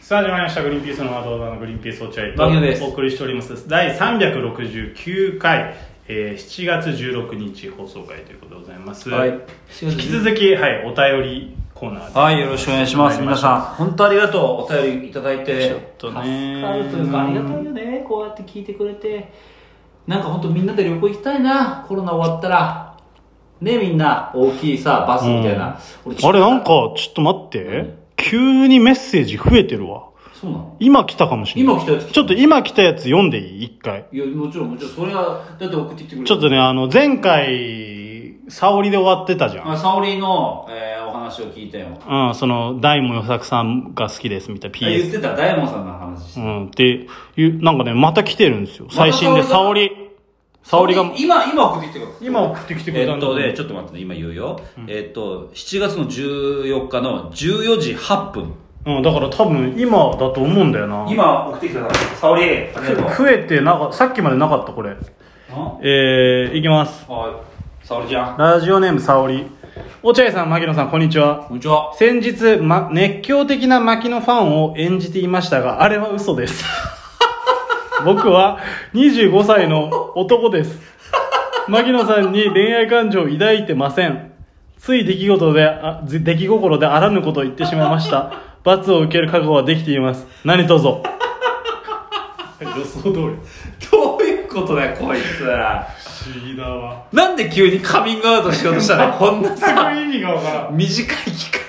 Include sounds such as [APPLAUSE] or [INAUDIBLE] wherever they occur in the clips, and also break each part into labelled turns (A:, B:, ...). A: さあ始まりました「グリーンピースの窓のグリーンピース落合」
B: 牧野です
A: とお送りしております第369回、えー、7月16日放送回ということでございます、
B: はい
A: 引き続き、はい、お便りコーナーです
B: はい、よろしくお願いします。
A: 参りま
B: 皆
A: しょう
B: さん、本当ありがとう。お便りいただいて。
A: ちょっとね
B: 助かるというか、ありがたいよね。こうやって聞いてくれて。なんか本当みんなで旅行行きたいな。コロナ終わったら。ねみんな、大きいさ、バスみたいな。俺
C: あれなんか、ちょっと待って、急にメッセージ増えてるわ。
B: そうなの
C: 今来たかもしれない。
B: 今来たやつ来た
C: ちょっと今来たやつ読んでいい一回。
B: いや、もちろん、もちろん、それは、だって送ってきてくれる。
C: ちょっとね、あの、前回、沙織で終わってたじゃん。
B: あ、沙織の、えーお話を聞いたよ。
C: うん、その、大門与作さんが好きですみたいな
B: あ言
C: PS。
B: ってた、大門さんの話して
C: うん、っていう、なんかね、また来てるんですよ。最新で、
B: ま
C: 沙
B: た沙織
C: 織。沙織が、
B: 今、今送ってきてくれる。
A: 今送ってきてく
B: え
A: れた
B: っ
A: ん
B: とね、ちょっと待ってね、今言うよ。えっと、7月の14日の14時8分。
C: うん、だから多分今だと思うんだよな。
B: 今送ってきたから、沙織、ありがとう。
C: 増えてなか、さっきまでなかったこれ。
B: あ
C: えー、いきます。
B: はい、沙織ちゃん。
C: ラジオネーム沙織。落合さん、牧野さん、こんにちは。
B: こんにちは。
C: 先日、ま、熱狂的な牧野ファンを演じていましたが、あれは嘘です。 [LAUGHS] 僕は25歳の男です。牧野さんに恋愛感情を抱いてません。つい出来事で、あず出来心であらぬことを言ってしまいました。罰を受ける覚悟はできています。何卒。
A: 予想通り
B: どういうことだよ、こいつ。
A: 不思議だわ
B: なんで急にカミングアウトしようとした [LAUGHS] のこんな
A: 全
B: さ、
A: く意味がわからん
B: 短い期間。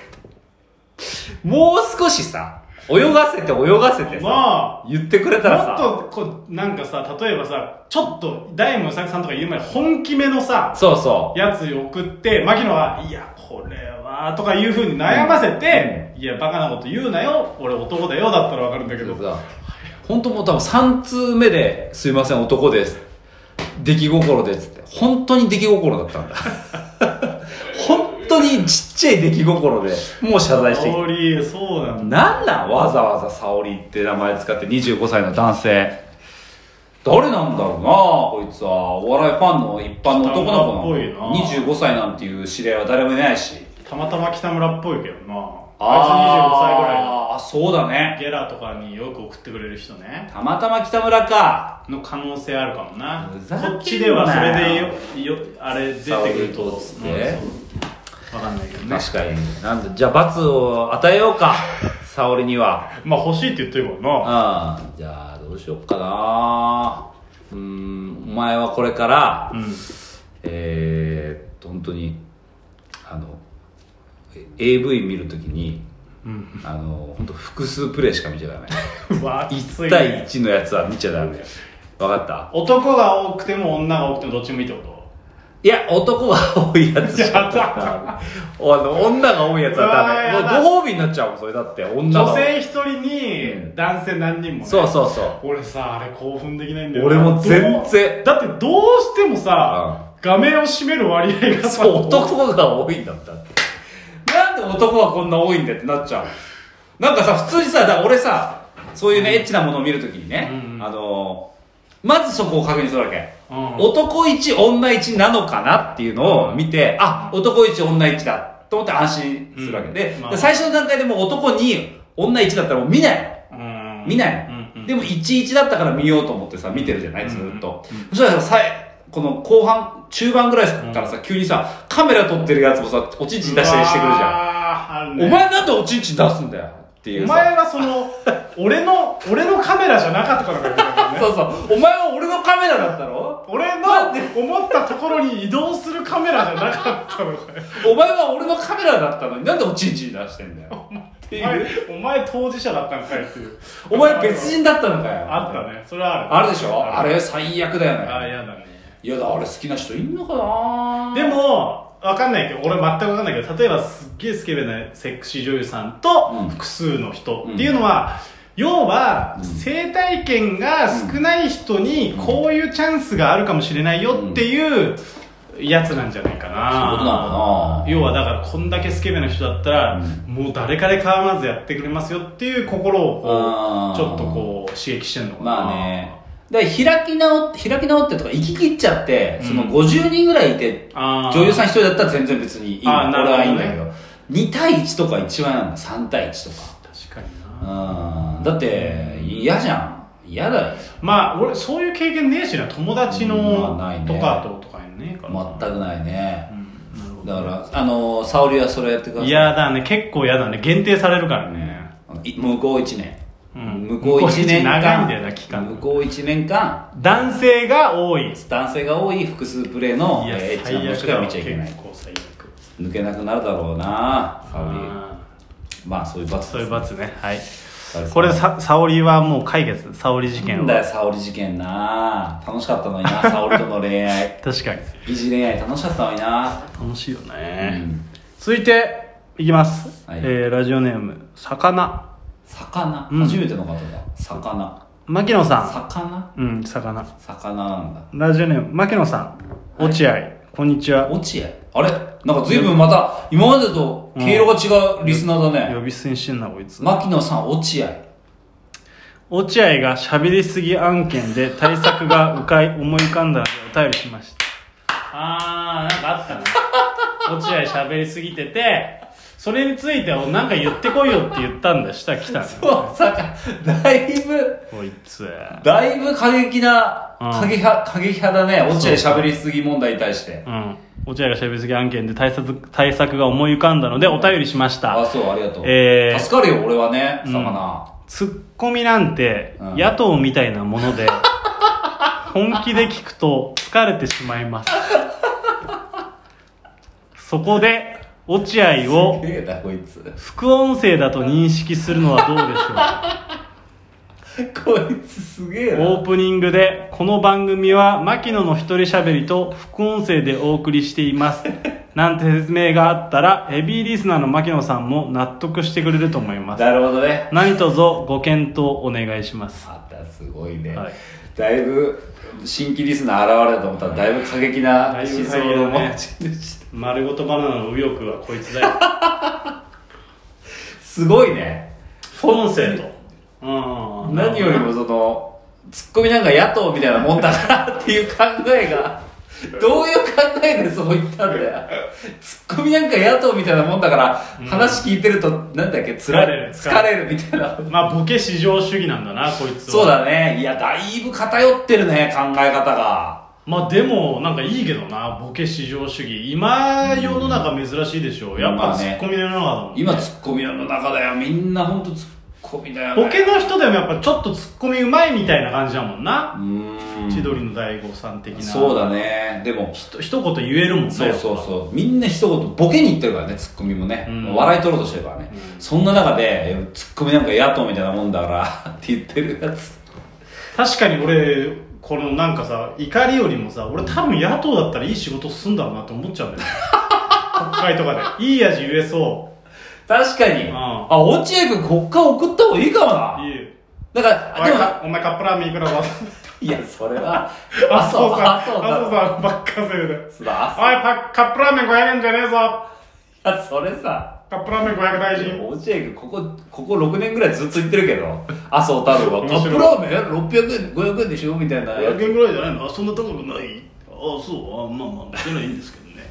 B: もう少しさ、泳がせて泳がせてさ、
A: ま
B: 言ってくれたらさ、
A: もっとこうなんかさ例えばさちょっと大門作さんとか言う前に本気めのさ
B: そうそ
A: やつ送って牧野は「いやこれは」とかいうふうに悩ませて「いやバカなこと言うなよ俺男だよ」だったらわかるんだけ
B: う。
A: ど
B: 本当もう多分3通目で、すいません、男です。出来心ですって。本当に出来心だったんだ。 [LAUGHS] 本当にちっちゃい出来心で、もう謝罪してきた
A: 香。りそうなんだ
B: なんなんわざわざ沙織って名前使って25歳の男性誰なんだろうなこいつはお笑いファンの一般の男の子なの
A: 北村っぽい
B: 25歳なんていう知り合いは誰もいないした
A: またま北村っぽいけどなあ
B: ああそうだ
A: いつ25歳ぐらい
B: ね
A: ゲラとかによく送ってくれる人ね
B: たまたま北村か
A: の可能性あるかもな
B: ふざけんなよ
A: こっちではそれでよよあれ出てくる
B: 沙
A: と
B: 織とっつって
A: 分かんないけどね
B: 確かになんだじゃあ罰を与えようか沙織には
A: まあ欲しいって言ってるからな
B: ああじゃあどうしよっかなうーんお前はこれから、
A: うん
B: えー、っと本当にあのえ AV 見るときに、あの本当複数プレイしか見ちゃ [LAUGHS] ダメ
A: うわきつ
B: 1
A: い
B: 対
A: ね
B: 1のやつは見ちゃダメ分かった
A: 男が多くても女が多くてもどっちもいいってこと
B: いや男が多いやつしかダメ [LAUGHS] おあの女が多いやつは
A: うわーや
B: ダ
A: だ
B: メもうご褒美になっちゃうもんそれだって女が
A: 女性一人
B: う
A: に
B: ん
A: 男性何人もね
B: そうそうそう
A: 俺さあれ興奮できないんだよ
B: 俺も全然
A: どうだってどうしてもさ、画面を占める割合がさ
B: そう男が多いんだったなんで男はこんな多いんだよってなっちゃうなんかさ普通にさだから俺さそういうね、エッチなものを見るときにね、
A: うんうん
B: あのーまずそこを確認するわけ、
A: うん
B: 男1女1なのかなっていうのを見て、あ男1女1だと思って安心するわけ、
A: うん
B: で、
A: まあ
B: で最初の段階でもう男2女1だったらもう見ないの
A: うん
B: 見ないの、
A: うんうん
B: でも11だったから見ようと思ってさ見てるじゃないずーっと、
A: うん
B: そしたらさこの後半中盤ぐらいからさ、急にさカメラ撮ってるやつもさおちんちん出したりしてくるじゃ
A: ゃ
B: ん、お前なんでおちんちん出すんだよっていう
A: お
B: さ
A: 前がその俺の俺のカメラじゃなかったからだからね
B: そうそうお前は俺のカメラだったろ
A: 俺の思ったところに移動するカメラじゃなかったのかよ
B: お前は俺のカメラだったのになんでおちんちん出してんだよって
A: お
B: いう
A: 前お前当事者だったんかいっていう
B: お前別人だったのかよ
A: あったねそれはある
B: あれでしょあれ最悪だよね
A: ああ嫌だね
B: いやだあれ好きな人いんのかな
A: でも、わかんないけど、俺全くわかんないけど、例えばすっげえスケベなセクシー女優さんと
B: うん
A: 複数の人
B: うん
A: っていうのは、要は
B: うん、
A: 生体験が少ない人にこういうチャンスがあるかもしれないよっていうやつなんじゃないか
B: そういうことなの
A: な
B: か。な
A: 要はだから、こんだけスケベな人だったら、
B: う
A: もう誰かで構わずやってくれますよっていう心を
B: あー
A: こう、ちょっとこう、刺激してんのかな。
B: まあね。で、開き直って、開き直ってとか、行き切っちゃって、その
A: うん
B: 50人ぐらいいて、
A: あー。
B: 女優さん一人だったら全然別にいいの。
A: あーなる
B: 俺
A: ほどね
B: はいいんだけど、2対1とか1話なんだ、3対1とか。
A: 確かにな
B: うんだって嫌じゃん嫌だよ
A: まあ俺そういう経験ねえしな友達
B: うん
A: の
B: まあないね
A: とかととかにねえからな
B: 全くないね
A: うんな
B: だ
A: るほど
B: からあの沙織はそれやってください
A: 嫌だね結構嫌だね限定されるからね
B: い向こう1年、
A: うん
B: 向こう1年間
A: 長いんだよな期間
B: 向こう1年間
A: 男性が多い
B: 男性が多い複数プレーの
A: いや
B: えーエッチな
A: 最
B: もの
A: 悪
B: し
A: だ
B: か
A: わ
B: 見ちゃいけない
A: 結構最悪
B: 抜けなくなるだろうな沙織
A: あ
B: まあそういう
A: ー
B: 罰
A: そういう罰ねはい
B: 罰
A: これさ沙織はもう解決沙織事
B: な
A: 件
B: んだよ
A: は
B: 沙織事件な楽しかったのに
A: [LAUGHS]
B: な沙織との恋愛
A: 確かに
B: 疑似恋愛楽しかったのにな
A: 楽しいよね、
B: うん
A: 続いていきます、
B: はい
A: えーラジオネーム魚
B: 魚、
A: うん
B: 初めての方だ魚
C: 牧野さ
B: 魚
C: ん。うん、魚。
B: 魚なんだ
C: ラジオネーム、牧野さん。落合、こんにちは。
B: 落合あれなんか随分また今までと毛色が違うリスナーだね、
C: 呼び捨てにしてんな、こいつ。
B: 牧野さん落合
C: 落合が喋りすぎ案件で対策がうかい、思い浮かんだのでお便りしました。
A: あーなんかあったね落合喋りすぎててそれについておなんか言ってこいよって言ったんだしたら
C: [LAUGHS]
A: 来たね
B: そうさだいぶ
A: こいつ
B: だいぶ過激な
C: うん
B: 過激派過激派だね落合喋りすぎ問題に対して
C: うん。落合が喋りすぎ案件で対策、対策が思い浮かんだのでお便りしました。
B: あそうありがとう、
C: えー
B: 助かるよ俺はね
C: うん
B: 魚、
C: ツッコミなんて
B: うん
C: 野党みたいなもの
B: [LAUGHS]
C: で本気で聞くと疲れてしまいますそこで落合を
B: すげえなこいつ
C: 副音声だと認識するのはどうでしょうか
B: こいつすげえな
C: オープニングでこの番組は牧野の一人喋りと副音声でお送りしていますなんて説明があったらヘビーリスナーの牧野さんも納得してくれると思います
B: なるほどね
C: 何卒ご検討お願いします
B: またすごいね、
C: はい
B: だいぶ新規リスナー現れたと思ったらだいぶ過激な
A: だ
B: 思
A: いぶ
B: 想
A: 過激
B: の
A: だ
B: 持
A: ね
B: ち主
A: 丸ごとバナナの右翼はこ
B: [LAUGHS]
A: いつだよ
B: すごいね
A: 副音声とうん
B: 何よりもそのツッコミなんか野党みたいなもんだなっていう考えがどういう考えでそう言ったんだよツッコミなんか野党みたいなもんだから話聞いてるとなんだっけつら
A: 疲れる
B: 疲れるみたいな
A: まあボケ至上主義なんだなこいつは
B: そうだねいやだいぶ偏ってるね考え方が
A: まあでもなんかいいけどなボケ至上主義今世の中珍しいでしょ、
B: うん
A: やっ
B: ま
A: ぱ
B: あ
A: ツ
B: ね
A: ッコミの世の中だもん、
B: 今ツッコミの中だよみんな本当ツッコミだよ、ね、
A: ボケの人でもやっぱちょっとツッコミうまいみたいな感じだもん
B: う
A: な、
B: ーん
A: 千鳥の大悟さん的な
B: そうだねでも
A: ひと一言言えるもんね
B: そうそうそうみんな一言ボケに言ってるからねツッコミもね、
A: うん
B: 笑い取ろうとしてるからね、
A: う
B: そんな中でえツッコミなんか野党みたいなもんだからって言ってるやつ
A: 確かに俺このなんかさ怒りよりもさ俺多分野党だったらいい仕事すんだろうなって思っちゃ
B: [LAUGHS]
A: うんだよ国会とかでいい味言えそ
B: 確かに、
A: うん
B: あ落合君国会送った方がいいかも
A: う
B: ない
A: い
B: だから
A: お
B: あで
A: 前
B: も
A: か
B: な
A: お前カップラーメンいくらだ
B: いやそれは
A: 麻生さん
B: あそう
A: 麻生
B: だ
A: さんばっかせで
B: そうだ
A: おいパカップラーメン500円じゃねえぞ
B: あそれさ
A: カップラーメン500大臣
B: 落合君ここここ6年ぐらいずっと言ってるけど麻生太郎は
A: 面
B: カ
A: 白い
B: ップラーメン600円500円でしょみたいなやつ
A: 500円ぐらいじゃないのあそんな高くないあそうあまあまあそれはいいんですけどね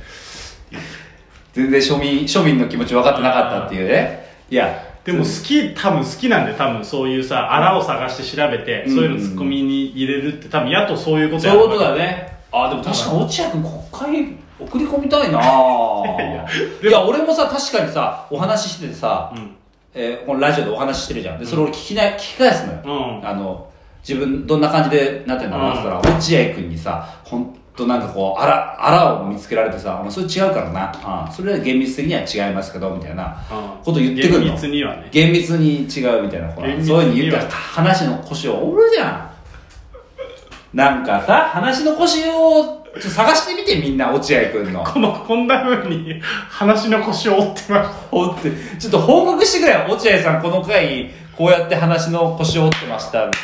B: 全然庶民庶民の気持ち分かってなかったっていうねいや
A: でも好き多分好きなんで多分そういうさ穴を探して調べて、
B: うん
A: そういうのツッコミに入れるって多分やっとそういうこと
B: そ
A: や
B: うい
A: る
B: うことだね。あ、でも確かに落合君国会送り込みたいない
A: やいや
B: や俺もさ、確かにさ、お話ししててさ、
A: うん
B: えーこのラジオでお話ししてるじゃん。で、それ俺聞きない、聞き返すのよ。
A: うん
B: あの、自分どんな感じでなってんだろうって言ったら、落合君にさ、ほんとなんかこう、あら、あらを見つけられてさ、あそれ違うからな。うんそれは厳密的には違いますけど、みたいなこと言ってくるの。
A: 厳密にはね
B: 厳密に違うみたいなほら
A: 厳密に
B: そういうふうに言ったら話の腰を折るじゃんなんかさ話の腰をちょっと探してみてみんな落合君の
A: このこんな風に [LAUGHS] 話の腰を折ってまし
B: 折ってちょっと報告してくれよ落合さんこの回こうやって話の腰を折ってましたみた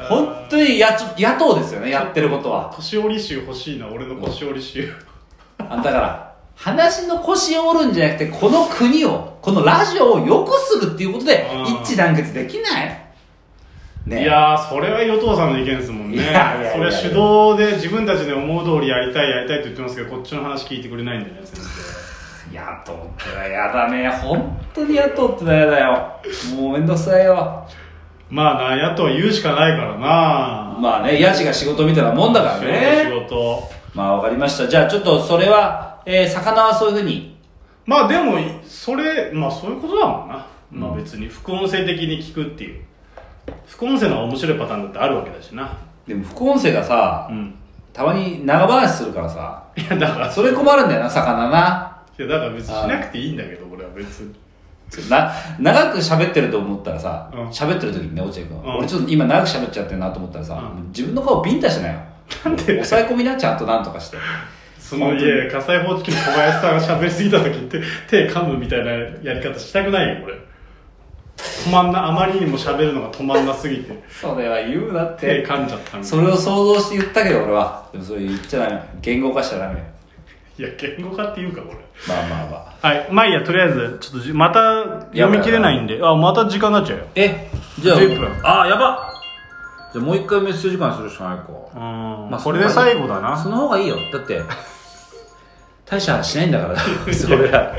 B: いな本当にやちょ野党ですよねやってること
A: た
B: は
A: 腰折り集欲しいな俺の腰折り集
B: あだから話の腰を折るんじゃなくてこの国をこのラジオを良くするっていうことで
A: うん
B: 一致団結できないね
A: いやーそれは与党さんの意見ですもん
B: い
A: ね
B: やいやいや
A: それは主導で自分たちで思う通りやりたいやりたいって言ってますけどこっちの話聞いてくれないんだよね先生
B: 雇ってのはやだね本当に雇ってのはやだよもうめんどくさいよ
A: まあな野党は言うしかないからな
B: まあねヤジが仕事みたいなもんだから
A: 仕
B: ね
A: 事仕事
B: まあわかりましたじゃあちょっとそれは、えー魚はそういうふうに
A: まあでもそれまあそういうことだもんな、
B: うん
A: まあ別に副音声的に聞くっていう副音声の方が面白いパターンだってあるわけだしな
B: でも副音声がさ
A: うん
B: たまに長話するからさ
A: いやだから
B: それ困るんだよな魚ない
A: やだから別にしなくていいんだけど俺は別に
B: な長く喋ってると思ったらさ
A: うん
B: 喋、ってる時にね落合君、
A: うん
B: 俺ちょっと今長く喋っちゃってるなと思ったらさ、
A: う
B: 自分の顔ビンタしなよ
A: なんで
B: 抑え込みなちゃんとなんとかして
A: その
B: 本当に
A: 家火災報知器の小林さんが喋りすぎた時って手噛むみたいなやり方したくないよ俺止まんなあまりにも喋るのが止まんなすぎて
B: それは言うなっ
A: 手
B: て
A: 噛んじゃったみたい
B: それを想像して言ったけど俺はでもそれ言っちゃダメ言語化しちゃダメ
A: いや言語化っていうかこれ
B: まあまあまあ
C: はい。まあいいや、とりあえず、ちょっとじ、また読み切れないんで、あ、また時間になっちゃうよ。
B: えじゃあ
C: 10分
B: ああやばじゃあもう一回メッセージ間するしかないか
C: うん。
B: ま
C: まあ、
B: あ
C: これで最後だ
B: そ
C: な。
B: の方がいいよだって大した話しないんだからそれは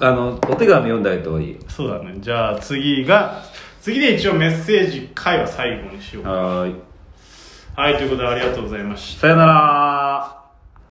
B: あのお手紙読んだりといい
A: そうだねじゃあ次が次で一応メッセージ回は最後にしよう
B: はーい
A: はいということでありがとうございました
B: さよなら